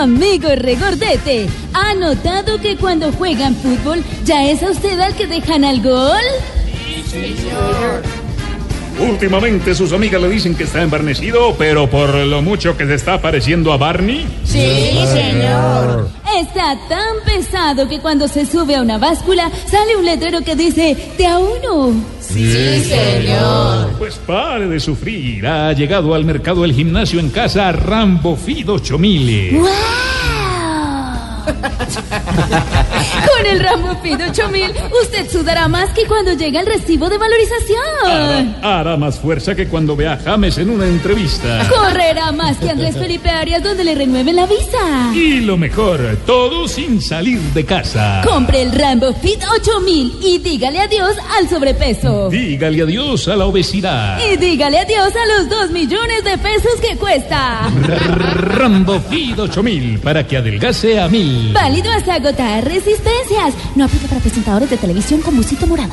Amigo regordete, ¿ha notado que cuando juegan fútbol ya es a usted al que dejan al gol? Últimamente sus amigas le dicen que está embarnecido, pero por lo mucho que se está pareciendo a Barney. Sí, señor. Está tan pesado que cuando se sube a una báscula sale un letrero que dice, te a uno. Sí, señor. Pues pare de sufrir. Ha llegado al mercado el gimnasio en casa Rambo Fido 8000. ¡Wow! Con el Rambo Pin 8000, usted sudará más que cuando llega el recibo de valorización. Hará más fuerza que cuando vea a James en una entrevista. Correrá más que Andrés Felipe Arias donde le renueven la visa. Y lo mejor, todo sin salir de casa. Compre el Rambo Fit 8000 y dígale adiós al sobrepeso. Dígale adiós a la obesidad. Y dígale adiós a los 2 millones de pesos que cuesta. Rambo Fido 8000 para que adelgase a mil. Válido hasta agotar resistencias. No aplica para presentadores de televisión con busito morado.